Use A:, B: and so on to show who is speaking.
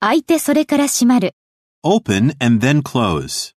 A: 開いてそれから閉まる。
B: Open and then close.